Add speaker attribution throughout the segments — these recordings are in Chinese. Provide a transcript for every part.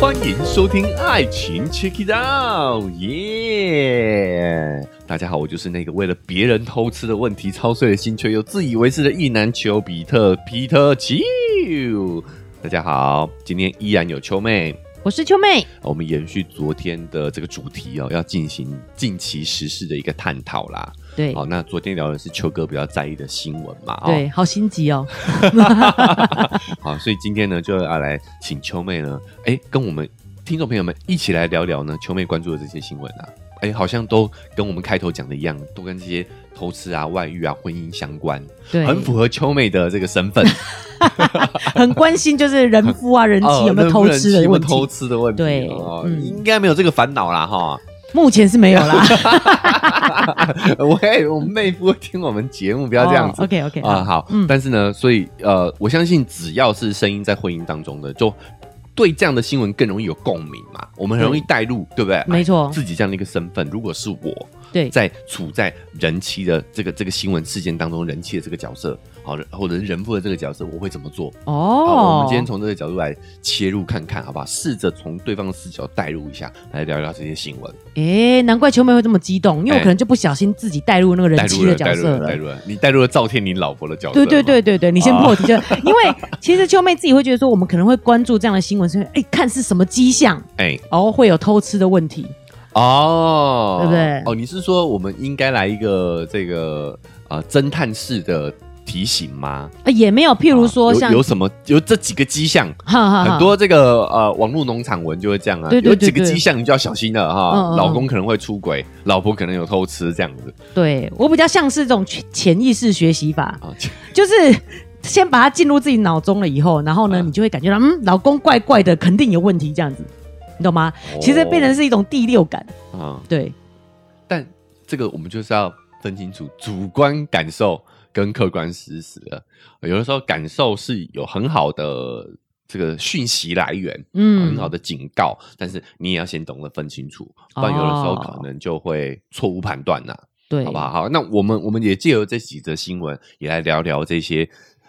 Speaker 1: 欢迎收听《爱情 Check It Out》，耶！大家好，我就是那个为了别人偷吃的问题操碎了心却又自以为是的意男丘比特皮特丘。大家好，今天依然有秋妹。
Speaker 2: 我是秋妹，
Speaker 1: 我们延续昨天的这个主题哦，要进行近期时事的一个探讨啦。
Speaker 2: 对、
Speaker 1: 好，那昨天聊的是秋哥比较在意的新闻嘛、哦？
Speaker 2: 对，好心急 哦，
Speaker 1: 好，所以今天呢，就要来请秋妹呢，哎、跟我们听众朋友们一起来聊聊呢，秋妹关注的这些新闻啊，哎、好像都跟我们开头讲的一样，都跟这些偷吃啊、外遇啊、婚姻相关，
Speaker 2: 对，
Speaker 1: 很符合秋妹的这个身 份，
Speaker 2: 很关心就是人夫啊、人
Speaker 1: 哦
Speaker 2: 妻有没有
Speaker 1: 人
Speaker 2: 偷
Speaker 1: 夫人
Speaker 2: 吃
Speaker 1: 妻有
Speaker 2: 的
Speaker 1: 没有
Speaker 2: 问题，
Speaker 1: 偷吃的问题，
Speaker 2: 对
Speaker 1: 哦
Speaker 2: 嗯
Speaker 1: 应该没有这个烦恼啦哈。
Speaker 2: 目前是没有啦，
Speaker 1: 喂，我妹夫会听我们节目， 不
Speaker 2: 不
Speaker 1: 要这样子。
Speaker 2: OK OK
Speaker 1: 啊、好，
Speaker 2: 嗯
Speaker 1: 但是呢，所以呃，我相信只要是声音在婚姻当中的，就对这样的新闻更容易有共鸣嘛，我们很容易带入，对不对？哎
Speaker 2: 没错
Speaker 1: 自己这样的一个身份，如果是我
Speaker 2: 对
Speaker 1: 在处在人妻的这个这个新闻事件当中，人妻的这个角色，好，或者是人父的这个角色，我会怎么做？好，我
Speaker 2: 哦
Speaker 1: 们，今天从这个角度来切入看看，好不好？试着从对方的视角带入一下，来聊聊这些新闻，
Speaker 2: 哎，难怪秋妹会这么激动，因为我
Speaker 1: 哎
Speaker 2: 可能就不小心自己带入那个
Speaker 1: 带入
Speaker 2: 人妻的
Speaker 1: 了，
Speaker 2: 角
Speaker 1: 带入
Speaker 2: 色
Speaker 1: 了，带
Speaker 2: 了。
Speaker 1: 入了，你带入了赵天林老婆的角色，
Speaker 2: 对对。对对对，你先破题
Speaker 1: 哦
Speaker 2: 就，因为其实秋妹自己会觉得说，我们可能会关注这样的新闻，是因为哎看是什么迹象，
Speaker 1: 哎、
Speaker 2: 哦会有偷吃的问题，
Speaker 1: 哦，
Speaker 2: 对不对
Speaker 1: 哦，你是说我们应该来一个这个呃侦探式的提醒吗？
Speaker 2: 啊也没有，譬如
Speaker 1: 啊
Speaker 2: 说
Speaker 1: 有
Speaker 2: 像
Speaker 1: 有什么有这几个迹象，
Speaker 2: 哈哈哈
Speaker 1: 很多这个呃网络农场文就会这样啊，
Speaker 2: 对对
Speaker 1: 有几
Speaker 2: 对
Speaker 1: 个
Speaker 2: 对
Speaker 1: 迹象你就要小心了
Speaker 2: 嗯
Speaker 1: 哈，
Speaker 2: 嗯
Speaker 1: 老公可能会出轨，老婆可能有偷吃这样子
Speaker 2: 对我比较像是这种潜意识学习法，
Speaker 1: 啊，
Speaker 2: 就是先把它进入自己脑中了以后，然后呢，
Speaker 1: 嗯
Speaker 2: 你就会感觉到，嗯，老公怪怪的，肯定有问题，这样子，你懂吗？
Speaker 1: 哦
Speaker 2: 其实变成是一种第六感，
Speaker 1: 啊，
Speaker 2: 对，
Speaker 1: 但这个我们就是要分清楚主观感受跟客观事实的，有的时候感受是有很好的这个讯息来源，
Speaker 2: 嗯
Speaker 1: 很好的警告，但是你也要先懂得分清楚，不然有的时候可能就会错误判断呐、
Speaker 2: 哦对，
Speaker 1: 好不好？？好，那我们我们也借由这几则新闻，也来聊聊这些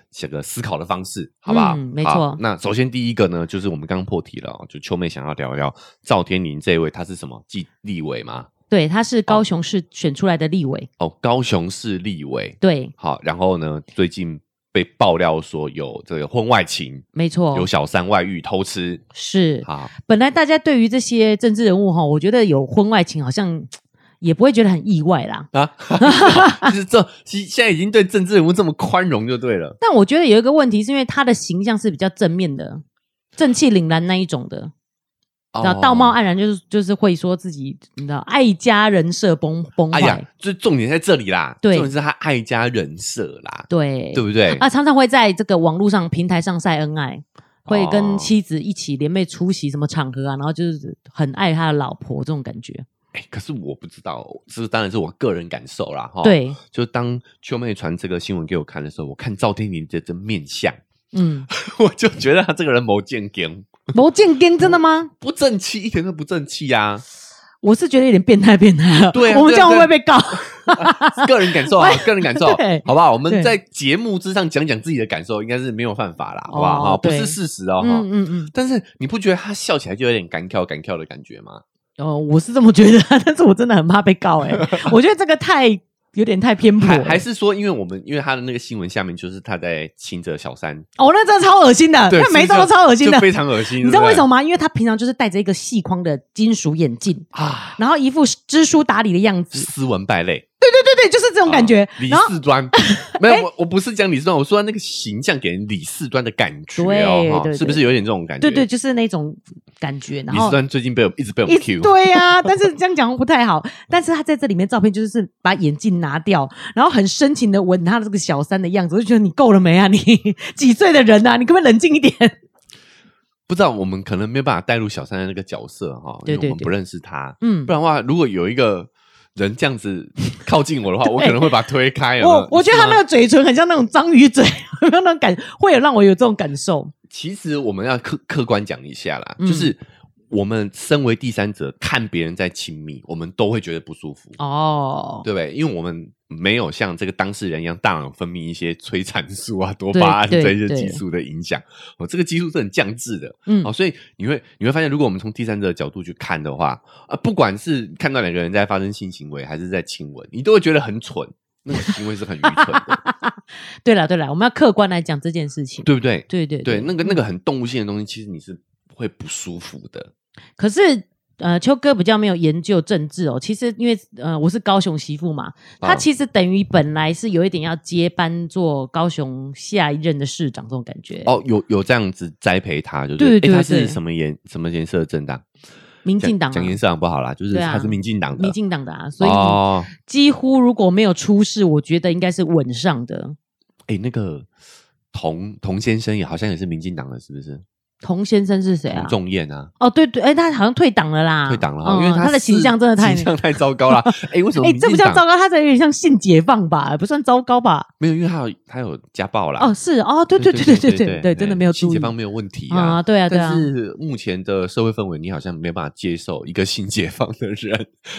Speaker 1: 这个思考的方式，好不好？
Speaker 2: 嗯没错
Speaker 1: 好那首先第一个呢，就是我们刚刚破题了哦，就秋妹想要聊聊赵天林这一位，他是什么？继立委吗？
Speaker 2: 对，他是高雄市选出来的立委，
Speaker 1: 哦，高雄市立委。
Speaker 2: 对，
Speaker 1: 好，然后呢，最近被爆料说有这个婚外情，
Speaker 2: 没错
Speaker 1: 有，小三外遇、偷吃。
Speaker 2: 是。
Speaker 1: 好，
Speaker 2: 本来大家对于这些政治人物哈，我觉得有婚外情好像也不会觉得很意外啦。
Speaker 1: 啊， 就是这现现在已经对政治人物这么宽容就对了。
Speaker 2: 但我觉得有一个问题，是因为他的形象是比较正面的，正气凛然那一种的。
Speaker 1: 哦
Speaker 2: 然后道貌岸然，就是就是会说自己，你知道，爱家人设崩崩
Speaker 1: 哎
Speaker 2: 坏，
Speaker 1: 呀，就重点在这里啦，
Speaker 2: 对
Speaker 1: 重点是他爱家人设啦，
Speaker 2: 对
Speaker 1: 对不对？
Speaker 2: 啊，常常会在这个网络上平台上晒恩爱，会
Speaker 1: 哦
Speaker 2: 跟妻子一起联袂出席什么场合啊，然后就是很爱他的老婆这种感觉。
Speaker 1: 哎，可是我不知道，这当然是我个人感受啦，哈。，
Speaker 2: 对，
Speaker 1: 就当秋妹传这个新闻给我看的时候，我看赵天林的这面相，
Speaker 2: 嗯，
Speaker 1: 我就觉得他这个人谋见根，
Speaker 2: 罗建根真 的吗？
Speaker 1: 不正气，一点都不正气啊呀、
Speaker 2: 我是觉得有点变态变态 了。
Speaker 1: 对啊
Speaker 2: 我们
Speaker 1: 对啊
Speaker 2: 这样会不会
Speaker 1: 对
Speaker 2: 被告？
Speaker 1: 啊。个人感受 啊，个人感受
Speaker 2: 对，
Speaker 1: 好不好？我们
Speaker 2: 对
Speaker 1: 在节目之上讲讲自己的感受，应该是没有犯法啦，好不好？
Speaker 2: 哦
Speaker 1: 哈，不是
Speaker 2: 对
Speaker 1: 事实哦，哈
Speaker 2: 嗯。嗯嗯，
Speaker 1: 但是你不觉得他笑起来就有点干跳干跳的感觉吗？
Speaker 2: 哦，我是这么觉得，但是我真的很怕被告 哎、我觉得这个太有点太偏颇欸
Speaker 1: 还
Speaker 2: 了，
Speaker 1: 还是说，因为我们因为他的那个新闻下面就是他在亲着小三，
Speaker 2: 哦，那真的超恶心的，
Speaker 1: 对，
Speaker 2: 那每一
Speaker 1: 是不
Speaker 2: 招
Speaker 1: 是
Speaker 2: 都超恶心的
Speaker 1: 就，非常恶心。
Speaker 2: 你知
Speaker 1: 对
Speaker 2: 道
Speaker 1: 不对
Speaker 2: 为什么吗？因为他平常就是戴着一个细框的金属眼镜，
Speaker 1: 啊？
Speaker 2: 然后一副知书达理的样子。
Speaker 1: 斯文败类，
Speaker 2: 对对对，就是这种感觉
Speaker 1: 啊。李
Speaker 2: 然后哎
Speaker 1: 四端没有，我我不是讲李四端，我说那个形象给人李四端的感觉
Speaker 2: 对
Speaker 1: 哦，哈
Speaker 2: 对
Speaker 1: 是不是有点这种感觉？
Speaker 2: 对对，就是那种感觉。然
Speaker 1: 李四
Speaker 2: 后
Speaker 1: 端最近被我一直被我们
Speaker 2: 一
Speaker 1: Q，
Speaker 2: 对呀、但是这样讲不太好。但是他在这里面照片就是把眼镜拿掉，然后很深情的吻他的这个小三的样子，我就觉得你够了没啊？你 几岁的人啊？你可不可以冷静一点？
Speaker 1: 不知道我们可能没有办法带入小三的那个角色哈，因
Speaker 2: 对
Speaker 1: 为
Speaker 2: 对
Speaker 1: 我们
Speaker 2: 对
Speaker 1: 不认识他，
Speaker 2: 嗯
Speaker 1: 不。然的话，如果有一个人这样子靠近我的话，我可能会把他推开。有没有
Speaker 2: 我我觉得他那个嘴唇很像那种章鱼嘴， 有没有那种感？会有让我有这种感受？
Speaker 1: 其实我们要客客观讲一下啦，
Speaker 2: 嗯
Speaker 1: 就是我们身为第三者看别人在亲密，我们都会觉得不舒服，
Speaker 2: 哦，
Speaker 1: 对不对？因为我们没有像这个当事人一样，大脑分泌一些催产素啊、多巴胺
Speaker 2: 对
Speaker 1: 这
Speaker 2: 对
Speaker 1: 些
Speaker 2: 对
Speaker 1: 激素的影响。哦，这个激素是很降智的。
Speaker 2: 嗯
Speaker 1: 哦，所以你会你会发现，如果我们从第三者的角度去看的话，啊，不管是看到两个人在发生性行为，还是在亲吻，你都会觉得很蠢，那个行为是很愚蠢 的，
Speaker 2: 对了对了，我们要客观来讲这件事情。
Speaker 1: 对不对？
Speaker 2: 对对嗯
Speaker 1: 对，那个那个很动物性的东西，其实你是会不舒服的。
Speaker 2: 可是呃，秋哥比较没有研究政治哦。其实因为呃，我是高雄媳妇嘛，他
Speaker 1: 啊
Speaker 2: 其实等于本来是有一点要接班做高雄下一任的市长这种感觉。，
Speaker 1: 哦，有有这样子栽培他，就是
Speaker 2: 对
Speaker 1: 诶
Speaker 2: 对
Speaker 1: 他
Speaker 2: 对
Speaker 1: 是什么颜什么颜色的政党？
Speaker 2: 民
Speaker 1: 民
Speaker 2: 进党、啊
Speaker 1: 讲，颜色党不好啦，就是
Speaker 2: 对啊
Speaker 1: 他是民进党的，
Speaker 2: 民进党的啊，所以
Speaker 1: 哦，
Speaker 2: 几乎如果没有出事，我觉得应该是稳上的。
Speaker 1: 哎、那个童童先生也好像也是民进党的，是不是？
Speaker 2: 童先生是谁啊
Speaker 1: 童？仲彦啊，
Speaker 2: 哦，对对，哎，他好像退党了啦，
Speaker 1: 退党了哈，
Speaker 2: 嗯
Speaker 1: 因为
Speaker 2: 他的
Speaker 1: 是
Speaker 2: 形象真的太
Speaker 1: 形象太糟糕 了。哎、为什么
Speaker 2: 哎，
Speaker 1: 民
Speaker 2: 这
Speaker 1: 进
Speaker 2: 不
Speaker 1: 党？
Speaker 2: 叫糟糕，他这有点像性解放吧，不算糟糕吧？
Speaker 1: 没有，因为他有他有家暴啦。
Speaker 2: 哦，是哦，对对对对对对对，真的没有
Speaker 1: 性
Speaker 2: 注
Speaker 1: 解
Speaker 2: 意
Speaker 1: 放没有问题
Speaker 2: 啊，
Speaker 1: 啊。
Speaker 2: 对啊对啊
Speaker 1: 但，是目前的社会氛围，你好像没办法接受一个性解放的人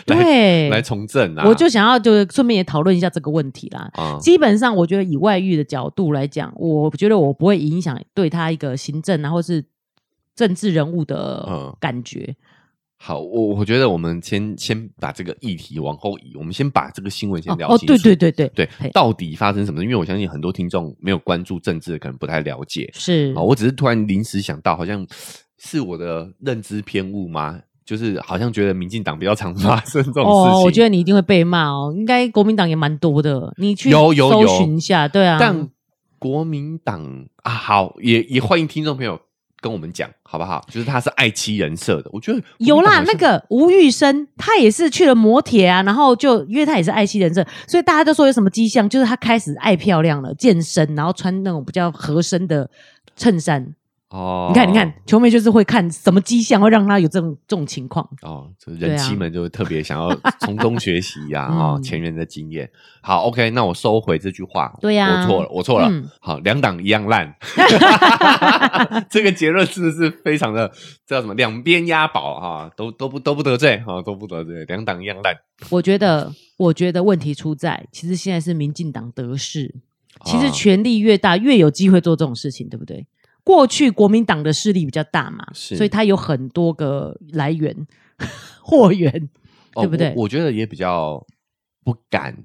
Speaker 1: 来来
Speaker 2: 对，
Speaker 1: 从政啊。
Speaker 2: 我就想要就是顺便也讨论一下这个问题啦。
Speaker 1: 啊，
Speaker 2: 基本上，我觉得以外遇的角度来讲，我觉得我不会影响对他一个行政啊，或是政治人物的
Speaker 1: 嗯
Speaker 2: 感觉。
Speaker 1: 好，我我觉得我们先先把这个议题往后移，我们先把这个新闻先聊
Speaker 2: 哦，
Speaker 1: 清楚。
Speaker 2: 对对对对，
Speaker 1: 对
Speaker 2: 嘿
Speaker 1: 到底发生什么？因为我相信很多听众没有关注政治，可能不太了解。哦
Speaker 2: 是
Speaker 1: 好，我只是突然临时想到，好像 是我的认知偏误吗？就是好像觉得民进党比较常发生这种事情。
Speaker 2: 哦，我觉
Speaker 1: 得，
Speaker 2: 得你一定会被骂哦，应该国民党也蛮多的，你去
Speaker 1: 有有
Speaker 2: 搜
Speaker 1: 有
Speaker 2: 寻一下，对啊，
Speaker 1: 但国民党啊，好，也也欢迎听众朋友跟我们讲，好不好？就是他是爱妻人设的，我觉得国民
Speaker 2: 有
Speaker 1: 党
Speaker 2: 啦
Speaker 1: 好，
Speaker 2: 那
Speaker 1: 像
Speaker 2: 个吴玉生他也是去了摩铁啊，然后就因为他也是爱惜人设，所以大家都说有什么迹象，就是他开始爱漂亮了，健身，然后穿那种比较合身的衬衫。
Speaker 1: 哦，
Speaker 2: 你看，你看，球妹就是会看什么迹象会让她有这种这种情况。
Speaker 1: 哦，这
Speaker 2: 对
Speaker 1: 人
Speaker 2: 啊
Speaker 1: 妻们就特别想 要从中学习呀、啊，
Speaker 2: 嗯
Speaker 1: 哦，前人的经验。好，OK，那我收回这句话。
Speaker 2: 对呀
Speaker 1: 我错了，我错了。
Speaker 2: 嗯
Speaker 1: 好，两党一样 烂，这个结论是不是非常的叫什么？两边押宝哈，都都不都不得罪哈、都不得罪，两党一样烂。
Speaker 2: 我觉得，我觉得问题出在，其实现在是民进党得势，其实
Speaker 1: 啊
Speaker 2: 权力越大，越有机会做这种事情，对不对？过去国民党的势力比较大嘛，
Speaker 1: 是
Speaker 2: 所以它有很多个来源 货源。
Speaker 1: 哦
Speaker 2: 对不对
Speaker 1: 我？我觉得也比较不敢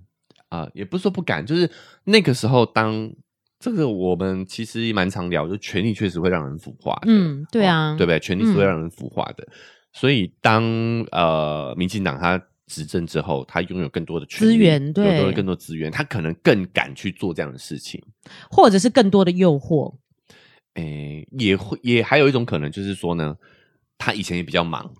Speaker 1: 啊、也不是说不敢，就是那个时候当这个我们其实蛮常聊，就权力确实会让人腐化的。
Speaker 2: 嗯，对啊，
Speaker 1: 哦对不对？权力是会
Speaker 2: 嗯
Speaker 1: 让人腐化的，所以当呃，民进党他执政之后，他拥有更多的权力
Speaker 2: 资源对
Speaker 1: 有多更多资源，他可能更敢去做这样的事情。
Speaker 2: 或者是更多的诱惑。
Speaker 1: 诶，也会也还有一种可能就是说呢，他以前也比较忙，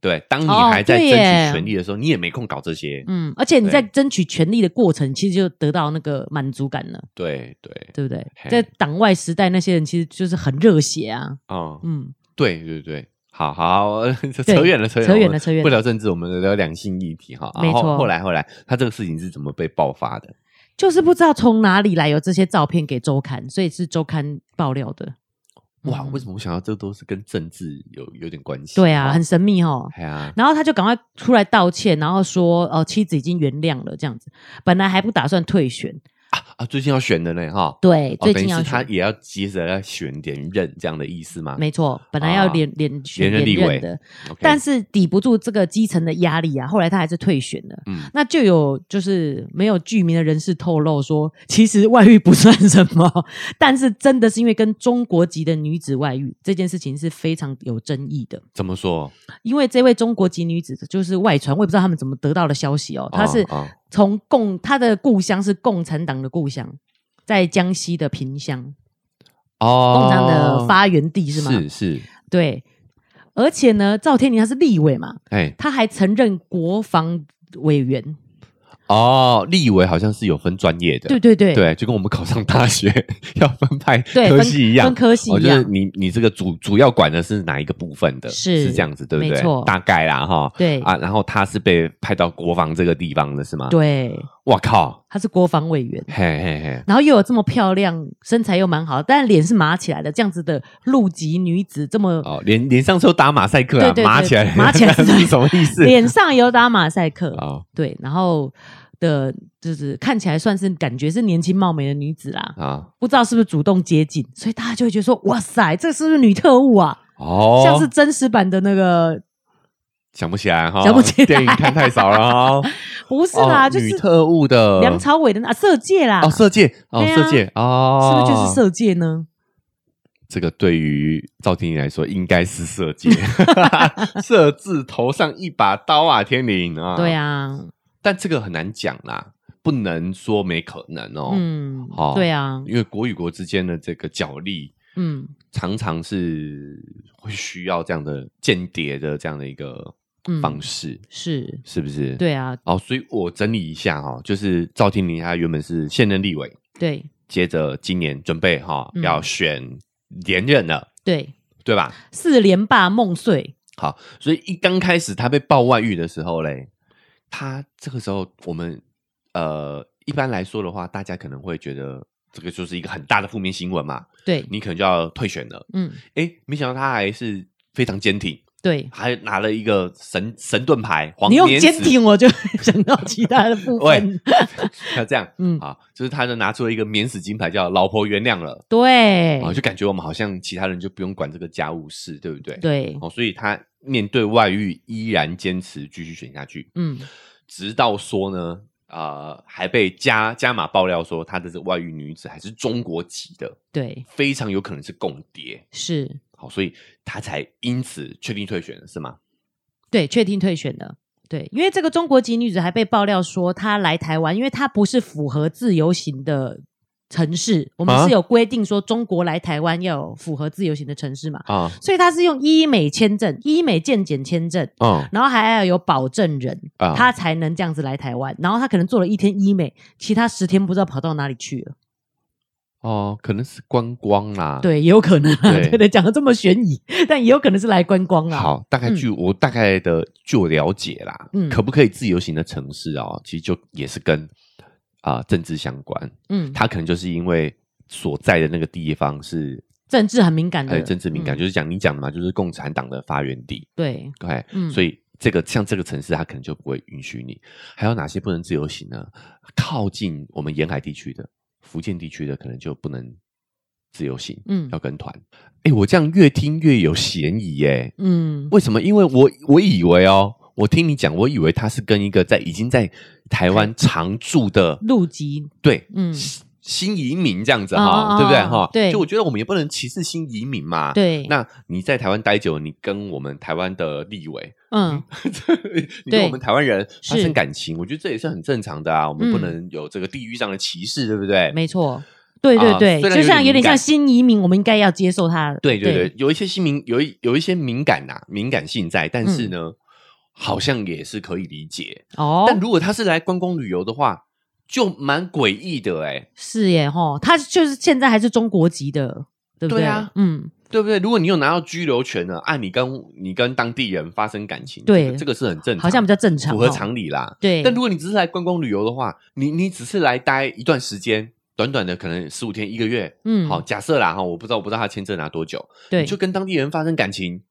Speaker 1: 对，当你
Speaker 2: 哦
Speaker 1: 还在争
Speaker 2: 对
Speaker 1: 取
Speaker 2: 耶
Speaker 1: 权力的时候，你也没空搞这些。
Speaker 2: 嗯，而且你
Speaker 1: 对
Speaker 2: 在争取权利的过程，其实就得到那个满足感了，
Speaker 1: 对对，
Speaker 2: 对不对？
Speaker 1: 嘿
Speaker 2: 在党外时代，那些人其实就是很热血啊。
Speaker 1: 嗯，
Speaker 2: 嗯，
Speaker 1: 对对对。好好，
Speaker 2: 对
Speaker 1: 扯远了，扯远了，
Speaker 2: 扯远
Speaker 1: 我
Speaker 2: 了
Speaker 1: 们
Speaker 2: 扯远
Speaker 1: 不
Speaker 2: 了
Speaker 1: 聊政治，我们聊两性议题哈。
Speaker 2: 没
Speaker 1: 然后
Speaker 2: 错
Speaker 1: 后来后来，他这个事情是怎么被爆发的？
Speaker 2: 就是不知道从哪里来有这些照片给周刊，所以是周刊爆料的。
Speaker 1: 哇，
Speaker 2: 嗯
Speaker 1: 为什么我想到这都是跟政治有有点关系？
Speaker 2: 对啊，很
Speaker 1: 哦，
Speaker 2: 神秘哦。
Speaker 1: 哎呀，
Speaker 2: 然后他就赶快出来道歉，然后说：“哦，妻子已经原谅了，这样子。本来还不打算退选，
Speaker 1: 啊，最近要选的呢，哈，
Speaker 2: 对，
Speaker 1: 哦
Speaker 2: 最
Speaker 1: 等
Speaker 2: 近
Speaker 1: 于
Speaker 2: 要
Speaker 1: 是
Speaker 2: 选
Speaker 1: 他也要接着要选连任这样的意思吗？
Speaker 2: 没错，本来要
Speaker 1: 啊
Speaker 2: 连连选
Speaker 1: 连任
Speaker 2: 连
Speaker 1: 立委
Speaker 2: 任的，
Speaker 1: OK，
Speaker 2: 但是抵不住这个基层的压力啊，后来他还是退选了。
Speaker 1: 嗯，
Speaker 2: 那就有就是没有具名的人士透露说，其实外遇不算什么， 但是真的是因为跟中国籍的女子外遇这件事情是非常有争议的，
Speaker 1: 怎么说？
Speaker 2: 因为这位中国籍女子就是外传，我也不知道他们怎么得到的消息哦，她是
Speaker 1: 哦哦
Speaker 2: 从共她的故乡是共产党的故乡，在江西的萍乡，
Speaker 1: 哦，
Speaker 2: 共产党的发源地是吗？
Speaker 1: 是是，
Speaker 2: 对，而且呢，赵天麟他是立委嘛，
Speaker 1: 哎，
Speaker 2: 他还曾任国防委员。
Speaker 1: 哦，立委好像是有分专业的，
Speaker 2: 对对对
Speaker 1: 对，就跟我们考上大学 要分派
Speaker 2: 对
Speaker 1: 科
Speaker 2: 分
Speaker 1: 系一样
Speaker 2: 分。科系
Speaker 1: 哦，
Speaker 2: 一
Speaker 1: 就是
Speaker 2: 样。
Speaker 1: 你你这个主主要管的是哪一个部分的？
Speaker 2: 是
Speaker 1: 是这样子，对不
Speaker 2: 没
Speaker 1: 对
Speaker 2: 错？
Speaker 1: 大概啦，哈。
Speaker 2: 对
Speaker 1: 啊，然后他是被派到国防这个地方的是吗？
Speaker 2: 对，
Speaker 1: 哇靠，
Speaker 2: 他是国防委员，
Speaker 1: 嘿嘿嘿，
Speaker 2: 然后又有这么漂亮，身材又蛮好，但脸是麻起来的，这样子的陆籍女子，这么
Speaker 1: 哦，连连上车打马赛克啊，
Speaker 2: 对对对
Speaker 1: 麻起来，
Speaker 2: 麻起来是
Speaker 1: 是什么意思？
Speaker 2: 脸上有打马赛克，
Speaker 1: 哦
Speaker 2: 对，然后的就是看起来算是感觉是年轻貌美的女子啦，
Speaker 1: 啊
Speaker 2: 不知道是不是主动接近，所以大家就会觉得说，哇塞，这是不是女特务啊？
Speaker 1: 哦，
Speaker 2: 像是真实版的那个，
Speaker 1: 想不起来哈，
Speaker 2: 想不起来
Speaker 1: 电影看太少了哈。
Speaker 2: 不 是啦，
Speaker 1: 哦
Speaker 2: 就
Speaker 1: 女
Speaker 2: 是
Speaker 1: 特务的
Speaker 2: 梁朝伟的那、啊、色戒啦，
Speaker 1: 哦，色戒哦，
Speaker 2: 对啊
Speaker 1: 色戒
Speaker 2: 是
Speaker 1: 哦，
Speaker 2: 不是就是？色戒呢？
Speaker 1: 这个对于赵天林来说应该是色 戒，色字头上一把刀啊，天林啊，
Speaker 2: 对，啊，
Speaker 1: 但这个很难讲啦，不能说没可能哦，
Speaker 2: 嗯
Speaker 1: 好，
Speaker 2: 对啊，
Speaker 1: 因为国与国之间的这个角力。
Speaker 2: 嗯
Speaker 1: 常常是会需要这样的间谍的这样的一个
Speaker 2: 嗯
Speaker 1: 方式，
Speaker 2: 是，
Speaker 1: 是不是？。
Speaker 2: 对啊，
Speaker 1: 哦，所以我整理一下哈、哦，就是赵天麟他原本是现任立委，
Speaker 2: 对
Speaker 1: 接着今年准备哈、
Speaker 2: 嗯
Speaker 1: 要选连任了，
Speaker 2: 对，
Speaker 1: 对吧？
Speaker 2: 四连霸梦碎，
Speaker 1: 好，所以一刚开始他被爆外遇的时候嘞，他这个时候我们呃一般来说的话，大家可能会觉得这个就是一个很大的负面新闻嘛，
Speaker 2: 对，
Speaker 1: 你可能就要退选了。
Speaker 2: 嗯
Speaker 1: 诶，没想到他还是非常坚挺，
Speaker 2: 对。
Speaker 1: 还拿了一个神神盾牌，黄
Speaker 2: 你用
Speaker 1: 莲
Speaker 2: 坚
Speaker 1: 子
Speaker 2: 挺，我就想到其他的 部分
Speaker 1: 喂。 要这样
Speaker 2: 嗯，
Speaker 1: 啊，就是他就拿出了一个免死金牌，叫“老婆原谅了”，
Speaker 2: 对
Speaker 1: 啊，就感觉我们好像其他人就不用管这个家务事，对不对？，
Speaker 2: 对，
Speaker 1: 哦，所以他面对外遇依然坚持继续选下去，
Speaker 2: 嗯
Speaker 1: 直到说呢，呃，还被加加码爆料说，他的这外遇女子还是中国籍的，
Speaker 2: 对，
Speaker 1: 非常有可能是共谍，
Speaker 2: 是，
Speaker 1: 好，所以他才因此确定退选了，是吗？
Speaker 2: 对，确定退选了。对，因为这个中国籍女子还被爆料说，她来台湾，因为她不是符合自由行的城市，我们
Speaker 1: 啊
Speaker 2: 是有规定说中国来台湾要有符合自由行的城市嘛，
Speaker 1: 啊，
Speaker 2: 所以她是用医美签证、医美健检签证，
Speaker 1: 嗯
Speaker 2: 然后还要有保证人，
Speaker 1: 啊
Speaker 2: 她才能这样子来台湾。然后她可能做了一天医美，其他十天不知道跑到哪里去了。
Speaker 1: 哦，可能是观光啦，。
Speaker 2: 对，也有可能啊。
Speaker 1: 对
Speaker 2: 对对，讲的这么悬疑，但也有可能是来观光啦。，
Speaker 1: 好，大概
Speaker 2: 嗯
Speaker 1: 据我大概的据我了解啦，
Speaker 2: 嗯
Speaker 1: 可不可以自由行的城市哦，其实就也是跟啊、政治相关，
Speaker 2: 嗯，
Speaker 1: 它可能就是因为所在的那个地方是
Speaker 2: 政治很敏感
Speaker 1: 还
Speaker 2: 的，
Speaker 1: 有哎政治敏感，
Speaker 2: 嗯
Speaker 1: 就是讲你讲的嘛，就是共产党的发源地，
Speaker 2: 对，
Speaker 1: 对，
Speaker 2: 嗯
Speaker 1: 所以这个像这个城市，它可能就不会允许你。还有哪些不能自由行呢？靠近我们沿海地区的福建地区的，可能就不能自由行，
Speaker 2: 嗯
Speaker 1: 要跟团。哎，我这样越听越有嫌疑耶、
Speaker 2: 嗯，
Speaker 1: 为什么？因为我我以为哦，我听你讲，我以为他是跟一个在已经在台湾常住的
Speaker 2: 陆籍，
Speaker 1: 对，
Speaker 2: 嗯
Speaker 1: 新新移民这样子
Speaker 2: 哦
Speaker 1: 哈，
Speaker 2: 哦
Speaker 1: 对不对
Speaker 2: 哦
Speaker 1: 哈？
Speaker 2: 对
Speaker 1: 就我觉得我们也不能歧视新移民嘛。，
Speaker 2: 对，
Speaker 1: 啊那你在台湾待久，你跟我们台湾的立委，
Speaker 2: 嗯，
Speaker 1: 你跟
Speaker 2: 对
Speaker 1: 我们台湾人发
Speaker 2: 是
Speaker 1: 生感情，我觉得这也是很正常的啊，我们不
Speaker 2: 嗯
Speaker 1: 能有这个地域上的歧视，对不对？
Speaker 2: 没错，对对
Speaker 1: 嗯啊
Speaker 2: 对，
Speaker 1: 虽然
Speaker 2: 就
Speaker 1: 有
Speaker 2: 像
Speaker 1: 点敏
Speaker 2: 有点像
Speaker 1: 感
Speaker 2: 新移民，我们应该要接受他。
Speaker 1: 对对对，，有一些新敏有一有一些敏感呐、敏感性在，但是呢，好像也是可以理解。
Speaker 2: 嗯哦，
Speaker 1: 但如果他是来观光旅游的话，就蛮诡异的哎、
Speaker 2: 是耶吼，他就是现在还是中国籍的，对不
Speaker 1: 对
Speaker 2: 对
Speaker 1: 啊？
Speaker 2: 嗯，
Speaker 1: 对不对？如果你有拿到居留权呢，啊，你跟你跟当地人发生感情，
Speaker 2: 对
Speaker 1: 这个这个是很正常，
Speaker 2: 好像比较正常，
Speaker 1: 符合
Speaker 2: 吼
Speaker 1: 常理啦。
Speaker 2: 对，
Speaker 1: 但如果你只是来观光旅游的话，你你只是来待一段时间，短短的可能十五天一个月，
Speaker 2: 嗯，
Speaker 1: 好，，假设啦哈，我不知道我不知道他签证拿多久，
Speaker 2: 对
Speaker 1: 你就跟当地人发生感情，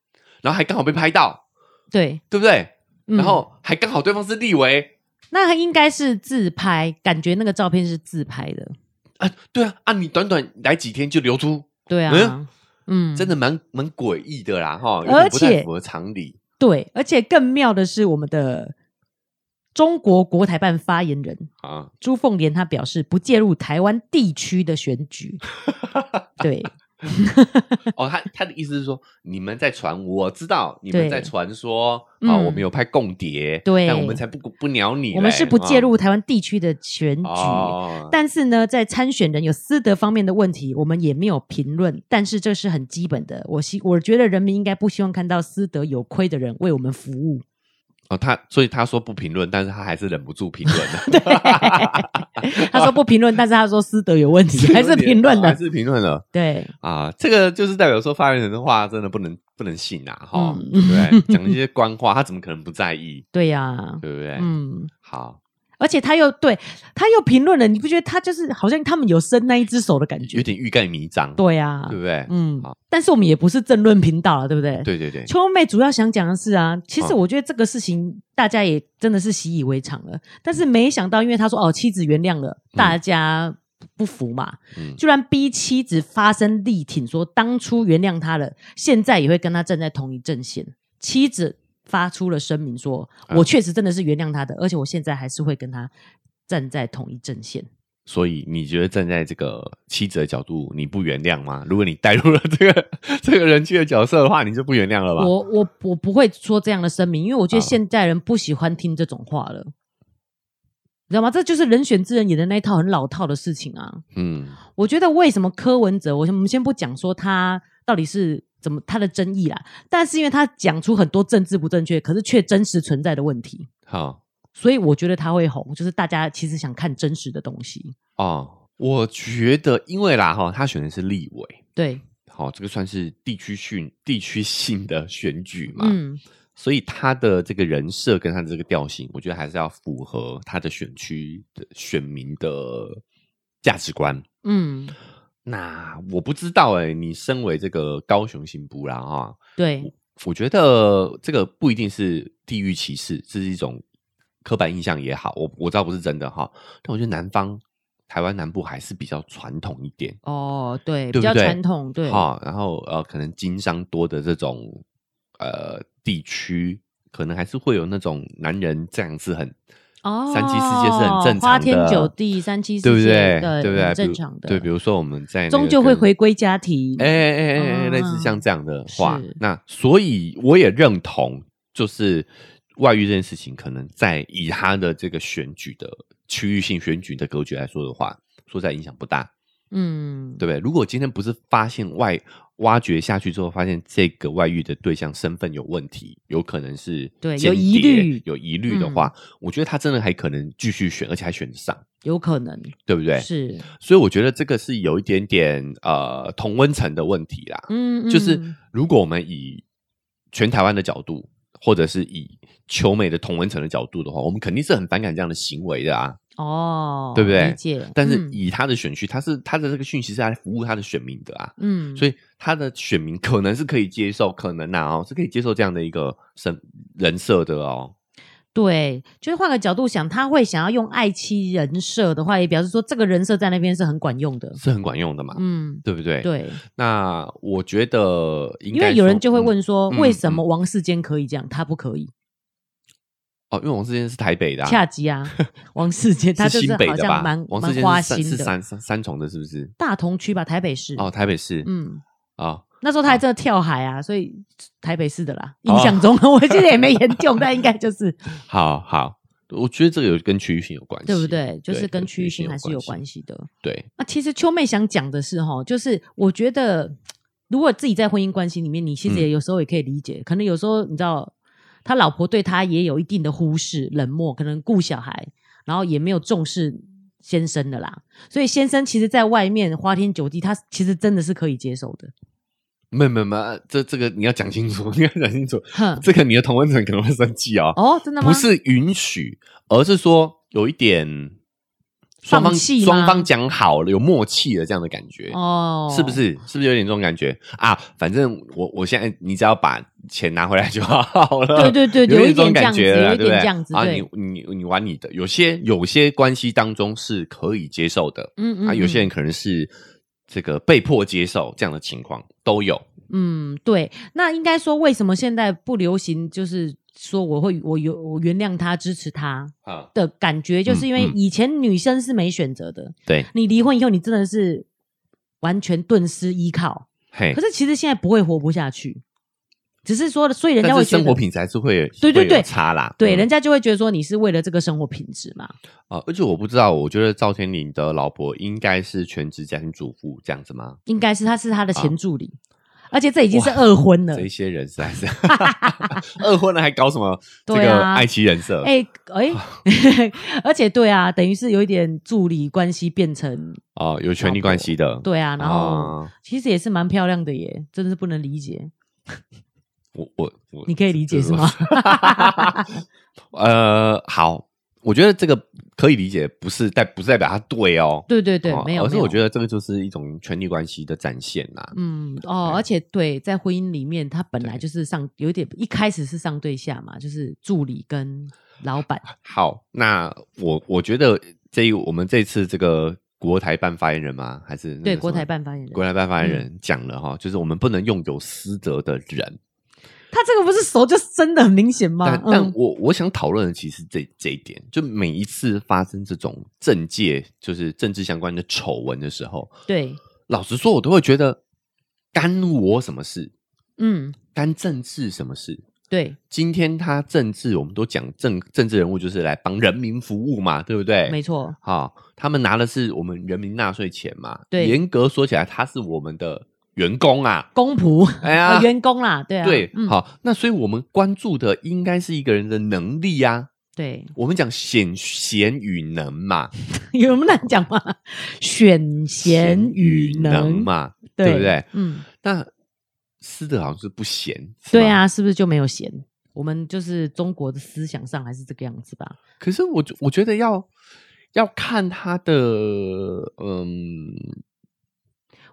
Speaker 1: 然后还刚好被拍到，
Speaker 2: 对，
Speaker 1: 对不对？
Speaker 2: 嗯
Speaker 1: 然后还刚好对方是立维
Speaker 2: 那他应该是自拍，感觉那个照片是自拍的，
Speaker 1: 啊，对啊啊，你短短来几天就流出，
Speaker 2: 对啊
Speaker 1: 嗯，
Speaker 2: 嗯，
Speaker 1: 真的蛮蛮诡异的啦，哈，有
Speaker 2: 而
Speaker 1: 点不太
Speaker 2: 且
Speaker 1: 符合常理。
Speaker 2: 对，而且更妙的是，我们的中国国台办发言人
Speaker 1: 啊，
Speaker 2: 朱凤莲她表示不介入台湾地区的选 举。对
Speaker 1: 哦，他他的意思是说，你们在传，我知道你们
Speaker 2: 对
Speaker 1: 在传说
Speaker 2: 嗯
Speaker 1: 啊，我们有派共谍，
Speaker 2: 对
Speaker 1: 但我们才不不鸟你嘞，
Speaker 2: 我们是不介入
Speaker 1: 啊
Speaker 2: 台湾地区的选举。
Speaker 1: 哦，
Speaker 2: 但是呢，在参选人有私德方面的问题，我们也没有评论。但是这是很基本的，我希我觉得人民应该不希望看到私德有亏的人为我们服务。
Speaker 1: 哦，他所以他说不评论，但是他还是忍不住评论 的，
Speaker 2: 他说不评论，但是他说私德有问题，还是评论
Speaker 1: 哦啊还
Speaker 2: 的。
Speaker 1: 是评论了
Speaker 2: 对，
Speaker 1: 啊，这个就是代表说发言人的话真的不能不能信啊，哈，
Speaker 2: 嗯
Speaker 1: 对不对？讲一些官话，他怎么可能不在意，
Speaker 2: 对呀、
Speaker 1: 对不对？
Speaker 2: 嗯。
Speaker 1: 好，
Speaker 2: 而且他又对他又评论了，你不觉得他就是好像他们有伸那一只手的感
Speaker 1: 有
Speaker 2: 觉？
Speaker 1: 点欲盖弥彰，
Speaker 2: 对呀、
Speaker 1: 对不对？
Speaker 2: 嗯
Speaker 1: 好，
Speaker 2: 但是我们也不是政论频道了，对不对？。
Speaker 1: 对对对，
Speaker 2: 秋妹主要想讲的是啊，其实
Speaker 1: 嗯
Speaker 2: 我觉得这个事情大家也真的是习以为常了，但是没想到，因为他说哦，妻子原谅了，大家不服嘛，
Speaker 1: 嗯
Speaker 2: 居然逼妻子发声力挺，说当初原谅他了，现在也会跟他站在同一阵线。妻子发出了声明说，
Speaker 1: 嗯
Speaker 2: 我确实真的是原谅他的，而且我现在还是会跟他站在同一阵线。
Speaker 1: 所以你觉得站在这个妻子的角度，你不原谅吗？如果你带入了这个这个人妻的角色的话，你就不原谅了吧？
Speaker 2: 我我我不会说这样的声明，因为我觉得
Speaker 1: 啊
Speaker 2: 现代人不喜欢听这种话了，你知道吗？这就是人选之人演的那一套很老套的事情啊。
Speaker 1: 嗯，
Speaker 2: 我觉得为什么柯文哲，我先我们先不讲说他到底是怎么他的争议啦，但是因为他讲出很多政治不正确，可是却真实存在的问题，
Speaker 1: 好
Speaker 2: 所以我觉得他会红，就是大家其实想看真实的东西。
Speaker 1: 哦，我觉得因为啦哈，他选的是立委，
Speaker 2: 对，
Speaker 1: 好、这个算是地区性地区性的选举嘛，
Speaker 2: 嗯，
Speaker 1: 所以他的这个人设跟他的这个调性，我觉得还是要符合他的选区的选民的价值观。
Speaker 2: 嗯，
Speaker 1: 那我不知道哎、你身为这个高雄新部啦哈，
Speaker 2: 对，
Speaker 1: 我觉得这个不一定是地域歧视，这是一种刻板印象也好，我我知道不是真的哈，但我觉得南方台湾南部还是比较传统一点，
Speaker 2: 哦，对，
Speaker 1: 对
Speaker 2: 比
Speaker 1: 不
Speaker 2: 较
Speaker 1: 对
Speaker 2: 传统，对，
Speaker 1: 哈，然后呃，可能经商多的这种呃地区，可能还是会有那种男人这样子很
Speaker 2: 哦，
Speaker 1: 三妻四妾是很正常的，
Speaker 2: 花天酒地，三妻四
Speaker 1: 对不
Speaker 2: 妾，
Speaker 1: 对？
Speaker 2: 对
Speaker 1: 对不对？
Speaker 2: 很
Speaker 1: 比
Speaker 2: 正
Speaker 1: 如
Speaker 2: 常的。
Speaker 1: 对，比如说我们在那
Speaker 2: 终
Speaker 1: 个
Speaker 2: 究会
Speaker 1: 跟
Speaker 2: 回归家庭。
Speaker 1: 哎哎哎哎，类似
Speaker 2: 嗯
Speaker 1: 像这样的话
Speaker 2: 是，
Speaker 1: 那所以我也认同，就是外遇这件事情，可能在以他的这个选举的区域性选举的格局来说的话，说在影响不大，
Speaker 2: 嗯，
Speaker 1: 对不对？如果今天不是发现外挖掘下去之后，发现这个外遇的对象身份有问题，有可能是
Speaker 2: 对
Speaker 1: 间
Speaker 2: 有疑
Speaker 1: 谍
Speaker 2: 虑嗯
Speaker 1: 有疑虑的话，我觉得他真的还可能继续选，而且还选得上，
Speaker 2: 有可能
Speaker 1: 对不对？
Speaker 2: 是，
Speaker 1: 所以我觉得这个是有一点点呃同温层的问题啦。
Speaker 2: 嗯，
Speaker 1: 就是
Speaker 2: 嗯
Speaker 1: 如果我们以全台湾的角度，或者是以求美的同文层的角度的话，我们肯定是很反感这样的行为的啊。
Speaker 2: 哦，
Speaker 1: 对不对
Speaker 2: 理解。
Speaker 1: 但是
Speaker 2: 嗯
Speaker 1: 以他的选区，他是他的这个讯息是来服务他的选民的啊，
Speaker 2: 嗯，
Speaker 1: 所
Speaker 2: 以
Speaker 1: 以他的选民可能是可以接受，可能啊哦是可以接受这样的一个生人设的哦。
Speaker 2: 对，就是换个角度想，他会想要用爱妻人设的话，也表示说这个人设在那边是很管用的。
Speaker 1: 是很管用的嘛，
Speaker 2: 嗯，
Speaker 1: 对不对？。
Speaker 2: 对，
Speaker 1: 那我觉得应
Speaker 2: 因
Speaker 1: 该
Speaker 2: 为有人
Speaker 1: 说
Speaker 2: 就会
Speaker 1: 嗯
Speaker 2: 问说，
Speaker 1: 嗯
Speaker 2: 为什么王世坚可以这样，他不可以？
Speaker 1: 哦，因为王世坚是台北的、啊，
Speaker 2: 恰吉啊， 王世坚他
Speaker 1: 是
Speaker 2: 就是
Speaker 1: 新北
Speaker 2: 好
Speaker 1: 的
Speaker 2: 像
Speaker 1: 吧？
Speaker 2: 蛮
Speaker 1: 王世
Speaker 2: 蛮
Speaker 1: 坚
Speaker 2: 花
Speaker 1: 是三
Speaker 2: 心
Speaker 1: 是
Speaker 2: 的，
Speaker 1: 三三三重的，是不是？
Speaker 2: 大同区吧，台北市。
Speaker 1: 哦，台北市，
Speaker 2: 嗯，
Speaker 1: 啊、
Speaker 2: 那时候他还真的跳海啊，所以台北市的啦，印象中、啊 我记得也没研究，但应该 就是
Speaker 1: 好好，我觉得这个有跟区域性有关系，
Speaker 2: 对不对？就是跟
Speaker 1: 跟
Speaker 2: 区域性还是有关
Speaker 1: 系。
Speaker 2: 系的。
Speaker 1: 对，
Speaker 2: 那其实秋妹想讲的是哈，就是我觉得如果自己在婚姻关系里面，你其实也有时候也可以理解，可能有时候你知道他老婆对他也有一定的忽视、冷漠，可能顾小孩，然后也没有重视。先生的啦，所以先生其实在外面花天酒地，他其实真的是可以接受的。
Speaker 1: 没有没有没有，这这个你要讲清楚， 你要讲清楚，
Speaker 2: 哼，
Speaker 1: 这个你的同温层可能会生气哦，
Speaker 2: 嗯哦，真的吗？
Speaker 1: 不是允许，而是说有一点双
Speaker 2: 放
Speaker 1: 方
Speaker 2: 弃吗
Speaker 1: 双方讲好了，有默契的这样的感觉。
Speaker 2: 哦，
Speaker 1: 是不是？是不是有点这种感觉啊？反正我我现在你只要把钱拿回来就好了。
Speaker 2: 对对对
Speaker 1: 有
Speaker 2: 有一
Speaker 1: 这种
Speaker 2: 点这
Speaker 1: 感
Speaker 2: 样子
Speaker 1: 觉
Speaker 2: 有
Speaker 1: 了
Speaker 2: 一
Speaker 1: 对不
Speaker 2: 点
Speaker 1: 对？
Speaker 2: 这样子
Speaker 1: 啊，
Speaker 2: 对
Speaker 1: 你你你玩你的，有些有些关系当中是可以接受的，
Speaker 2: 嗯嗯
Speaker 1: 啊，有些
Speaker 2: 嗯
Speaker 1: 人可能是这个被迫接受这样的情况都有。
Speaker 2: 嗯，对，那应该说，为什么现在不流行？就是说，我会，我有，我原谅他，支持他
Speaker 1: 啊，
Speaker 2: 的感觉，就是
Speaker 1: 嗯
Speaker 2: 因为
Speaker 1: 嗯
Speaker 2: 以前女生是没选择的，
Speaker 1: 对，
Speaker 2: 你离婚以后，你真的是完全顿失依靠。
Speaker 1: 嘿
Speaker 2: 可，是其实现在不会活不下去，只是说，所以人家
Speaker 1: 但
Speaker 2: 会
Speaker 1: 是
Speaker 2: 觉
Speaker 1: 生
Speaker 2: 得
Speaker 1: 活，品质还是会
Speaker 2: 对对
Speaker 1: 会有
Speaker 2: 对
Speaker 1: 差啦，
Speaker 2: 对，
Speaker 1: 嗯
Speaker 2: 人家就会觉得说你是为了这个生活品质嘛。
Speaker 1: 啊，而且我不知道，我觉得赵天林的老婆应该是全职家庭主妇这样子吗？
Speaker 2: 应该是他是他的前助理，而且这已经是二婚了
Speaker 1: 啊这。一些人实在是 二婚了，还搞什么这
Speaker 2: 对
Speaker 1: 个
Speaker 2: 啊
Speaker 1: 爱妻人设？
Speaker 2: 哎哎，
Speaker 1: 啊
Speaker 2: 而且对啊，等于是有一点助理关系变成
Speaker 1: 哦，有权利关系的，
Speaker 2: 对啊，
Speaker 1: 啊
Speaker 2: 然后其实也是蛮漂亮的耶，真的是不能理解。
Speaker 1: 我我我
Speaker 2: 你可以理解是吗？
Speaker 1: 呃，好，我觉得这个可以理解，不是代不是代表他对哦，
Speaker 2: 对对对
Speaker 1: 哦，
Speaker 2: 没有，
Speaker 1: 而是
Speaker 2: 没有
Speaker 1: 我觉得这个就是一种权力关系的展现啊啦、
Speaker 2: 嗯哦，
Speaker 1: 哎
Speaker 2: 而且对，在婚姻里面，他本来就是上有点一开始是上对下嘛，就是助理跟老板。
Speaker 1: 啊好，那我我觉得这一我们这次这个国台办发言人吗？还是那个
Speaker 2: 对，
Speaker 1: 什么
Speaker 2: 国台办发言人，
Speaker 1: 国台办发言人讲了哈，就是我们不能用有私德的人。
Speaker 2: 他这个不是熟，就是真的很明显吗
Speaker 1: 但？但
Speaker 2: 嗯
Speaker 1: 我我想讨论的其实这这一点，就每一次发生这种政界就是政治相关的丑闻的时候，
Speaker 2: 对，
Speaker 1: 老实说，我都会觉得干我什么事，
Speaker 2: 嗯，
Speaker 1: 干政治什么事？
Speaker 2: 对，
Speaker 1: 今天他政治，我们都讲政政治人物就是来帮人民服务嘛，对不对？
Speaker 2: 没错，
Speaker 1: 好、他们拿的是我们人民纳税钱嘛，
Speaker 2: 对
Speaker 1: 严格说起来，他是我们的员工啊，
Speaker 2: 公仆、
Speaker 1: 哎呀
Speaker 2: 呃，员工啦，对啊，
Speaker 1: 对，
Speaker 2: 嗯，
Speaker 1: 好，那所以我们关注的应该是一个人的能力啊呀、
Speaker 2: 对，
Speaker 1: 我们讲显贤与能嘛，
Speaker 2: 有那么难讲吗？选贤与能，
Speaker 1: 嘛，对不对？
Speaker 2: 嗯，
Speaker 1: 那斯德好像是不贤，是
Speaker 2: 对
Speaker 1: 吧。
Speaker 2: 啊，是不是就没有贤？我们就是中国的思想上还是这个样子吧？
Speaker 1: 可是我觉我觉得要要看他的，嗯，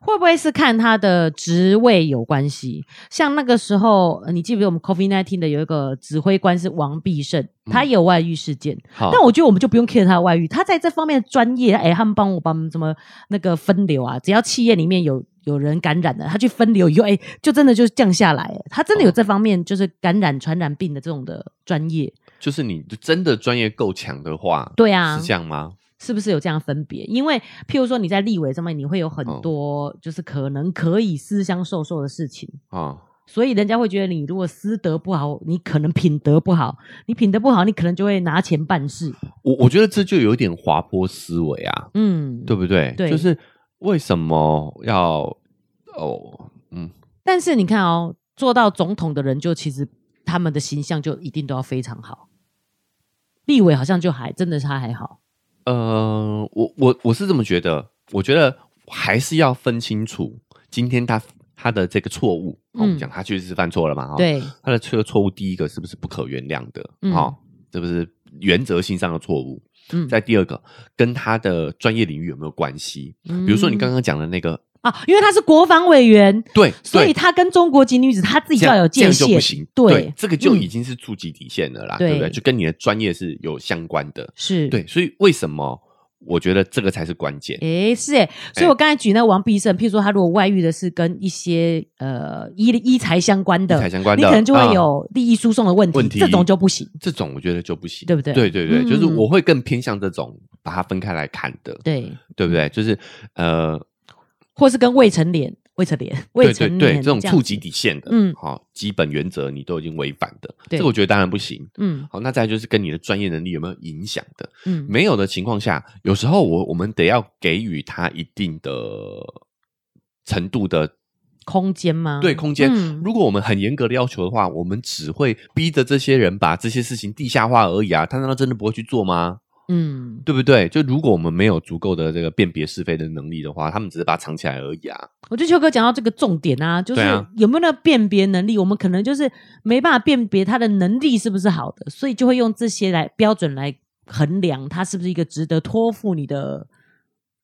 Speaker 2: 会不会是看他的职位有关系？像那个时候，呃你记不记得我们 COVID nineteen 的有一个指挥官是王必胜，他也有外遇事件。
Speaker 1: 嗯好，
Speaker 2: 但我觉得我们就不用 care 他的外遇，他在这方面的专业，哎，他们帮我把我们怎么那个分流啊，只要企业里面有有人感染了，他去分流以 后，哎，就真的就是降下来。哎他真的有这方面就是感染传染病的这种的专业，
Speaker 1: 就是你真的专业够强的话，
Speaker 2: 对啊，
Speaker 1: 是这样吗？
Speaker 2: 是不是有这样分别？因为譬如说你在立委上面，你会有很
Speaker 1: 哦
Speaker 2: 多就是可能可以私相授受的事情。
Speaker 1: 啊、
Speaker 2: 所以人家会觉得你如果私德不好，你可能品德不好，你品德不好，你可能就会拿钱办事。
Speaker 1: 我我觉得这就有点滑坡思维啊，
Speaker 2: 嗯，
Speaker 1: 对。不对？
Speaker 2: 对
Speaker 1: 就是为什么要哦，嗯，
Speaker 2: 但是你看哦，做到总统的人，就其实他们的形象就一定都要非常好。立委好像就还真的是他还好，
Speaker 1: 呃，我我我是这么觉得，我觉得还是要分清楚，今天他他的这个错误，哦我们
Speaker 2: 嗯
Speaker 1: 讲他确实是犯错了嘛，哈、
Speaker 2: 对
Speaker 1: 他的这个错误，第一个是不是不可原谅的？
Speaker 2: 嗯
Speaker 1: 哦，这不是原则性上的错误。
Speaker 2: 嗯
Speaker 1: 再第二个，跟他的专业领域有没有关系？
Speaker 2: 比
Speaker 1: 比如说你刚刚讲的那个，
Speaker 2: 嗯啊，因为他是国防委员，
Speaker 1: 对，
Speaker 2: 所
Speaker 1: 对
Speaker 2: 以他跟中国籍女子他自己
Speaker 1: 这
Speaker 2: 就要
Speaker 1: 样
Speaker 2: 有
Speaker 1: 这样
Speaker 2: 界
Speaker 1: 就
Speaker 2: 限，
Speaker 1: 不行，
Speaker 2: 对
Speaker 1: 这个就
Speaker 2: 嗯
Speaker 1: 已经是触及底线了啦，
Speaker 2: 对
Speaker 1: 对不对？就跟你的专业是有相关的，
Speaker 2: 是，
Speaker 1: 对，所以为什么我觉得这个才是关键？
Speaker 2: 诶，是诶，所以
Speaker 1: 哎
Speaker 2: 我刚才举那个王必胜，譬如说他如果外遇的是跟一些呃医医财相关的，
Speaker 1: 理财相关的
Speaker 2: 你可能就会
Speaker 1: 啊
Speaker 2: 有利益输送的问题，
Speaker 1: 问题
Speaker 2: 这种就不行。
Speaker 1: 这种我觉得就不行，
Speaker 2: 对不对
Speaker 1: 对对对，
Speaker 2: 嗯
Speaker 1: 就是我会更偏向这种把它分开来看的，
Speaker 2: 对，
Speaker 1: 对不对？
Speaker 2: 嗯
Speaker 1: 就是呃，
Speaker 2: 或是跟未成年、未成年、未
Speaker 1: 对
Speaker 2: 成
Speaker 1: 对
Speaker 2: 年
Speaker 1: 对，这种
Speaker 2: 样
Speaker 1: 触及底线的，
Speaker 2: 嗯
Speaker 1: 好、基本原则你都已经违反的，这
Speaker 2: 对
Speaker 1: 个我觉得当然不行。
Speaker 2: 嗯
Speaker 1: 好，那再来就是跟你的专业能力有没有影响的？
Speaker 2: 嗯，
Speaker 1: 没有的情况下，有时候我我们得要给予他一定的程度的
Speaker 2: 空间吗？
Speaker 1: 对空间。
Speaker 2: 嗯
Speaker 1: 如果我们很严格的要求的话，我们只会逼着这些人把这些事情地下化而已啊。他难道真的不会去做吗？
Speaker 2: 嗯，
Speaker 1: 对不对？就如果我们没有足够的这个辨别是非的能力的话，他们只是把它藏起来而已啊。
Speaker 2: 我觉得秋哥讲到这个重点啊，就是
Speaker 1: 对啊
Speaker 2: 有没有那个辨别能力，我们可能就是没办法辨别他的能力是不是好的，所以就会用这些来标准来衡量他是不是一个值得托付你的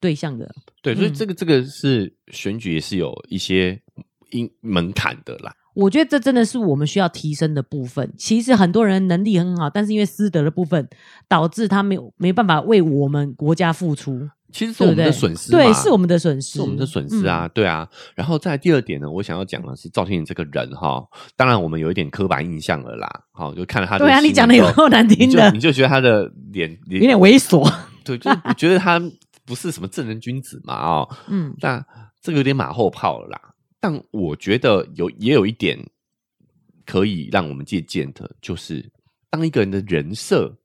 Speaker 2: 对象的。
Speaker 1: 对，所以
Speaker 2: 嗯
Speaker 1: 这个、这个是选举也是有一些因门槛的啦。
Speaker 2: 我觉得这真的是我们需要提升的部分。其实很多人能力很好，但是因为私德的部分，导致他没有没办法为我们国家付出，
Speaker 1: 其实是
Speaker 2: 对
Speaker 1: 我们
Speaker 2: 不对？
Speaker 1: 的损失嘛，
Speaker 2: 对，是我们的损失，嗯
Speaker 1: 是我们的损失啊，对啊。然后再来第二点呢，我想要讲的是赵天颖这个人哈，当然我们有一点刻板印象了啦，好，就看了他
Speaker 2: 嗯。
Speaker 1: 的
Speaker 2: 对啊，
Speaker 1: 新闻
Speaker 2: 你讲的有
Speaker 1: 之后
Speaker 2: 够难听
Speaker 1: 你就
Speaker 2: 的
Speaker 1: 你，就觉得他的脸
Speaker 2: 有
Speaker 1: 脸
Speaker 2: 点猥琐。
Speaker 1: 对，就是你觉得他不是什么正人君子嘛哦，
Speaker 2: 嗯，
Speaker 1: 那这个有点马后炮了啦。但我觉得有也有一点可以让我们借鉴的，就是当一个人的人设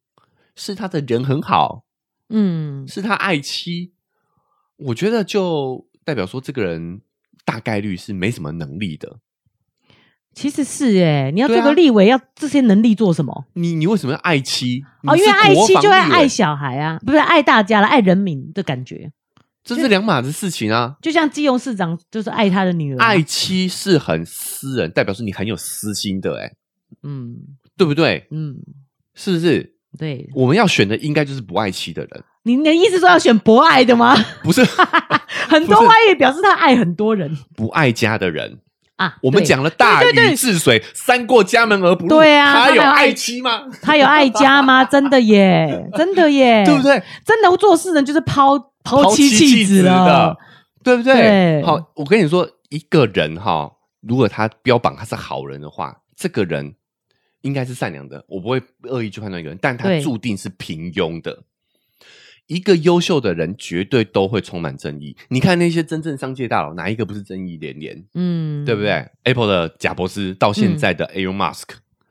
Speaker 1: 是他的人很好，
Speaker 2: 嗯，
Speaker 1: 是他爱妻，我觉得就代表说这个人大概率是没什么能力的。
Speaker 2: 其实是哎、你要
Speaker 1: 对啊
Speaker 2: 这个立委要这些能力做什么？
Speaker 1: 你你为什么要爱妻？
Speaker 2: 哦，
Speaker 1: 你
Speaker 2: 因
Speaker 1: 是
Speaker 2: 为爱
Speaker 1: 国
Speaker 2: 妻
Speaker 1: 防
Speaker 2: 就会
Speaker 1: 立委
Speaker 2: 爱小孩啊，不是爱大家了，爱人民的感觉。
Speaker 1: 这是两码子事情啊。
Speaker 2: 就像基隆市长就是爱他的女儿啊，
Speaker 1: 爱妻是很私人，代表说你很有私心的、欸，哎，
Speaker 2: 嗯
Speaker 1: 对不对？
Speaker 2: 嗯，
Speaker 1: 是不是？
Speaker 2: 对，
Speaker 1: 我们要选的应该就是不爱妻的人，
Speaker 2: 你你的意思说要选博爱 的吗？
Speaker 1: 不是
Speaker 2: 很多
Speaker 1: 不是
Speaker 2: 外遇表示他爱很多人
Speaker 1: 不爱家的人。
Speaker 2: 啊。
Speaker 1: 我们
Speaker 2: 对
Speaker 1: 讲了大
Speaker 2: 对对
Speaker 1: 禹
Speaker 2: 对
Speaker 1: 治水，三过家门而不入，
Speaker 2: 对啊
Speaker 1: 他
Speaker 2: 他
Speaker 1: 有
Speaker 2: 有
Speaker 1: 爱
Speaker 2: 爱
Speaker 1: 妻吗？
Speaker 2: 他有爱 家吗？真的耶，真的耶，
Speaker 1: 对不？对？
Speaker 2: 真的做事人就是抛抛
Speaker 1: 抛
Speaker 2: 哎妻弃
Speaker 1: 子
Speaker 2: 了
Speaker 1: 的，，对不对？
Speaker 2: 对
Speaker 1: 好，我跟你说，一个人哈，如果他标榜他是好人的话，这个人应该是善良的，我不会恶意去判断一个人，但他
Speaker 2: 对
Speaker 1: 注定是平庸的。一个优秀的人绝对都会充满正义。你看那些真正商界大佬，哪一个不是正义连连？
Speaker 2: 嗯，
Speaker 1: 对不？对？Apple 的贾伯斯到现在的 Elon Musk，、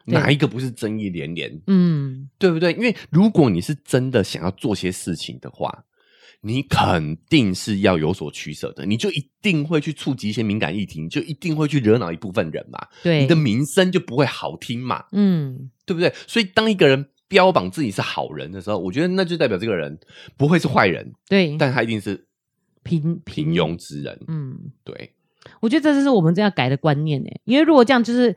Speaker 2: 对
Speaker 1: 哪一个不是争议连连？
Speaker 2: 嗯，
Speaker 1: 对不对？因为如果你是真的想要做些事情的话，你肯定是要有所取舍的，你就一定会去触及一些敏感议题，你就一定会去惹恼一部分人嘛，
Speaker 2: 对，
Speaker 1: 你的名声就不会好听嘛，
Speaker 2: 嗯，
Speaker 1: 对不对？所以当一个人标榜自己是好人的时候，我觉得那就代表这个人不会是坏人，
Speaker 2: 对，
Speaker 1: 但他一定是
Speaker 2: 平
Speaker 1: 平庸，之人。
Speaker 2: 嗯，
Speaker 1: 对，
Speaker 2: 我觉得这就是我们这样改的观念诶，因为如果这样就是。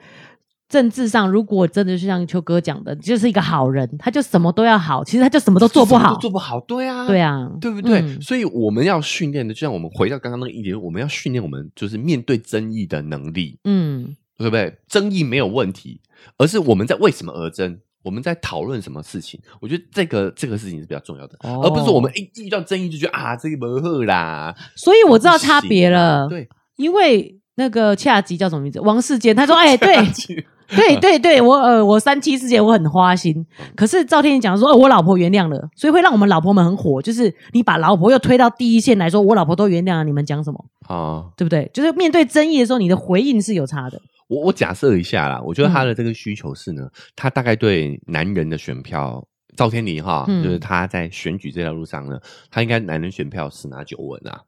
Speaker 2: 政治上，如果真的是像秋哥讲的，就是一个好人，他就什么都要好，其实他就什么都做不
Speaker 1: 什么
Speaker 2: 好
Speaker 1: 都，做不好，对啊，
Speaker 2: 对啊，
Speaker 1: 对不对？
Speaker 2: 嗯
Speaker 1: 所以我们要训练的，就像我们回到刚刚那个议题，我们要训练我们就是面对争议的能力，
Speaker 2: 嗯，
Speaker 1: 对不对？争议没有问题，而是我们在为什么而争，我们在讨论什么事情。我觉得这个这个事情是比较重要的，
Speaker 2: 哦
Speaker 1: 而不是我们一遇到争议就觉得啊这个不好啦，
Speaker 2: 所以我知道差别 了。
Speaker 1: 对，
Speaker 2: 因为那个恰吉叫什么名字？王世坚，他说：“哎、对
Speaker 1: 去
Speaker 2: 对对对，我呃，我三妻四妾，我很花心。可是赵天宇讲说，哦，我老婆原谅了，所以会让我们老婆们很火。就是你把老婆又推到第一线来说，我老婆都原谅了，你们讲什么？
Speaker 1: 啊。
Speaker 2: 对不对？就是面对争议的时候，你的回应是有差的。
Speaker 1: 我我假设一下啦，我觉得
Speaker 2: 嗯
Speaker 1: 他的这个需求是呢，他大概对男人的选票，赵天麟哈，
Speaker 2: 嗯
Speaker 1: 就是他在选举这条路上呢，他应该男人选票十拿九稳啊。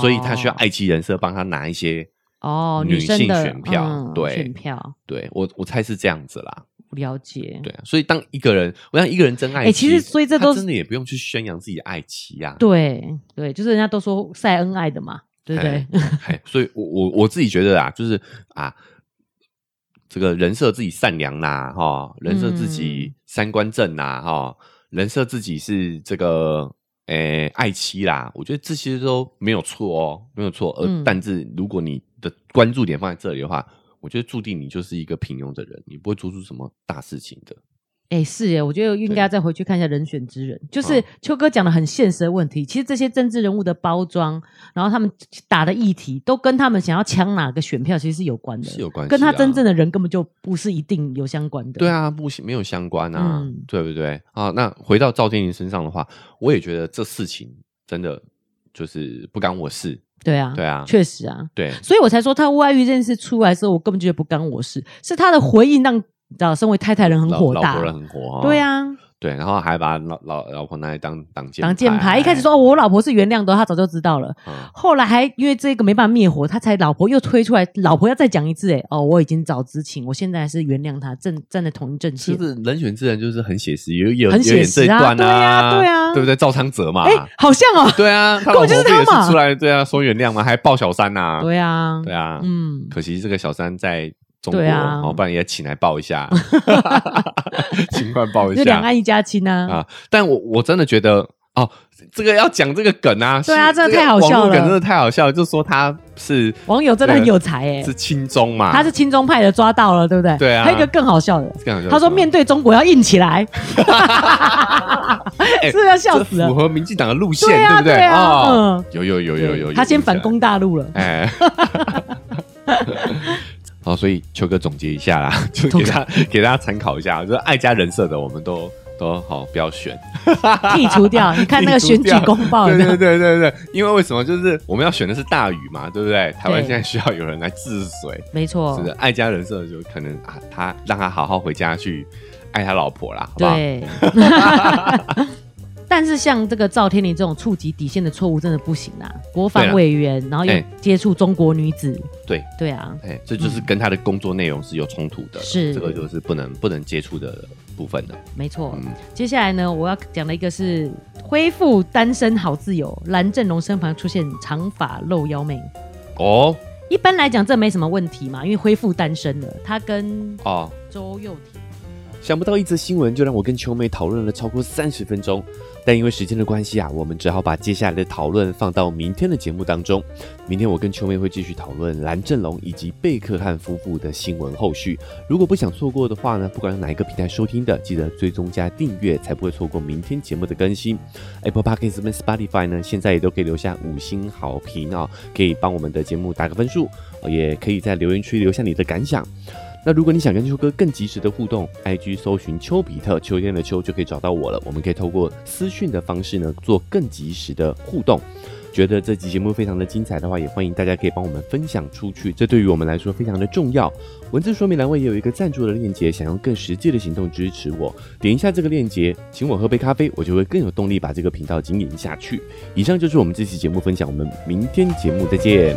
Speaker 1: 所以他需要爱妻人设帮他拿一些。
Speaker 2: 哦，
Speaker 1: 女
Speaker 2: 生
Speaker 1: 性
Speaker 2: 的
Speaker 1: 选票
Speaker 2: 嗯
Speaker 1: 对
Speaker 2: 选票
Speaker 1: 对我，我猜是这样子啦。
Speaker 2: 了解。
Speaker 1: 对啊，所以当一个人，我想一个人真爱妻，
Speaker 2: 哎其实所以这
Speaker 1: 他
Speaker 2: 都是
Speaker 1: 真的也不用去宣扬自己的爱妻呀、啊。
Speaker 2: 对对，就是人家都说晒恩爱的嘛，对不对？
Speaker 1: 哎，所以我我我自己觉得啊，就是啊，这个人设自己善良啦、哈、人设自
Speaker 2: 嗯
Speaker 1: 己三观正啦、哈、人设自己是这个诶、爱妻啦，我觉得这些都没有错哦，没有错。而、
Speaker 2: 嗯
Speaker 1: 但是如果你的关注点放在这里的话，我觉得注定你就是一个平庸的人，你不会做出什么大事情的。
Speaker 2: 哎、是耶，我觉得应该再回去看一下《人选之人》，就是
Speaker 1: 嗯
Speaker 2: 秋哥讲的很现实的问题。其实这些政治人物的包装，然后他们打的议题，都跟他们想要抢哪个选票其实是有关的，
Speaker 1: 是有关系
Speaker 2: 跟他
Speaker 1: 的啊
Speaker 2: 真正的人根本就不是一定有相关的。
Speaker 1: 对，啊，不行，没有相关啊，
Speaker 2: 嗯
Speaker 1: 对不对啊？那回到赵天麟身上的话，我也觉得这事情真的就是不干我事，
Speaker 2: 对啊，
Speaker 1: 对啊
Speaker 2: 确实啊。
Speaker 1: 对，
Speaker 2: 所以我才说他外遇这件事出来之后，我根本觉得不干我事，是他的回应让你知道，身为太太人很
Speaker 1: 老
Speaker 2: 火
Speaker 1: 老
Speaker 2: 大
Speaker 1: 婆。人很火、哦，
Speaker 2: 对，啊，
Speaker 1: 对，然后还把老老老婆拿来当挡箭
Speaker 2: 挡箭牌，一开始说、哦我老婆是原谅的，他早就知道了。
Speaker 1: 嗯
Speaker 2: 后来还因为这个没办法灭火，他才老婆又推出来，老婆要再讲一次、欸，哎，哦，我已经早知情，我现在还是原谅他， 站站在同一阵
Speaker 1: 就
Speaker 2: 线。
Speaker 1: 是人选之人就是很写实，有有
Speaker 2: 很
Speaker 1: 有演
Speaker 2: 写
Speaker 1: 这
Speaker 2: 实
Speaker 1: 一
Speaker 2: 啊
Speaker 1: 段
Speaker 2: 对啊对啊
Speaker 1: 对不对？赵昌泽嘛，
Speaker 2: 哎、好像哦，
Speaker 1: 对啊，他
Speaker 2: 根
Speaker 1: 老婆
Speaker 2: 本
Speaker 1: 不
Speaker 2: 就
Speaker 1: 也
Speaker 2: 是他嘛
Speaker 1: 出来对啊说原谅嘛，还抱小三呐、
Speaker 2: 对啊，
Speaker 1: 对 啊，
Speaker 2: 嗯，
Speaker 1: 可惜这个小三在中国，
Speaker 2: 对啊
Speaker 1: 然后不然也请来抱一 下，请快抱一下，
Speaker 2: 就两岸一家亲啊，
Speaker 1: 啊！但我我真的觉得哦，这个要讲这个梗啊，
Speaker 2: 对啊
Speaker 1: 是
Speaker 2: 这个
Speaker 1: 个
Speaker 2: 太好笑了
Speaker 1: 网络梗真的太好笑了，就说他是
Speaker 2: 网友真的很有才哎、
Speaker 1: 是亲中嘛，
Speaker 2: 他是亲中派的，抓到了，对不对？
Speaker 1: 对啊
Speaker 2: 还有一个更好笑的，
Speaker 1: 这样就
Speaker 2: 他说面对中国要硬起来，
Speaker 1: 哎
Speaker 2: 是不是要笑
Speaker 1: 这
Speaker 2: 死
Speaker 1: 符
Speaker 2: 了？
Speaker 1: 合民进党的路线，
Speaker 2: 对啊
Speaker 1: 不对
Speaker 2: 对啊
Speaker 1: 哦
Speaker 2: 嗯
Speaker 1: 有有有有有有，
Speaker 2: 他先反
Speaker 1: 有，
Speaker 2: 攻大陆了，
Speaker 1: 哎。 好，所以秋哥总结一下啦，就给大家给大家参考一下，就是爱家人设的，我们都都好不要选。
Speaker 2: 剔除掉。你看那个选举公报有
Speaker 1: 对
Speaker 2: 没有
Speaker 1: 对对对对，因为为什么就是我们要选的是大禹嘛，对不对？台湾现在需要有人来治水，
Speaker 2: 没错
Speaker 1: 是，的，爱家人设就可能啊，他让他好好回家去爱他老婆啦，好不好？
Speaker 2: 对。 但是像这个赵天林这种触及底线的错误，真的不行啊！国
Speaker 1: 对
Speaker 2: 防
Speaker 1: 啊
Speaker 2: 委员，然后又
Speaker 1: 哎
Speaker 2: 接触中国女子，
Speaker 1: 对，
Speaker 2: 对啊，
Speaker 1: 哎，这就是跟他的工作内容是有冲突的，
Speaker 2: 嗯是
Speaker 1: 这个就是不能不能接触的部分的。
Speaker 2: 没错。
Speaker 1: 嗯
Speaker 2: 接下来呢，我要讲的一个是恢复单身好自由，蓝正龙身旁出现长发露腰妹。
Speaker 1: 哦
Speaker 2: 一般来讲，这没什么问题嘛，因为恢复单身了。他跟
Speaker 1: 哦，
Speaker 2: 周又廷，
Speaker 1: 想不到一则新闻就让我跟秋妹讨论了超过三十分钟，但因为时间的关系啊，我们只好把接下来的讨论放到明天的节目当中。明天我跟秋妹会继续讨论蓝正龙以及贝克汉夫妇的新闻后续。如果不想错过的话呢，不管用哪一个平台收听的，记得追踪加订阅，才不会错过明天节目的更新。Apple 哎 Podcast 跟 Spotify 呢，现在也都可以留下五星好评哦，可以帮我们的节目打个分数，呃也可以在留言区留下你的感想。那如果你想跟秋哥更及时的互动，IG 搜寻丘比特秋天的秋就可以找到我了。我们可以透过私讯的方式呢，做更及时的互动。觉得这期节目非常的精彩的话，也欢迎大家可以帮我们分享出去，这对于我们来说非常的重要。文字说明栏位也有一个赞助的链接，想用更实际的行动支持我，点一下这个链接，请我喝杯咖啡，我就会更有动力把这个频道经营下去。以上就是我们这期节目分享，我们明天节目再见。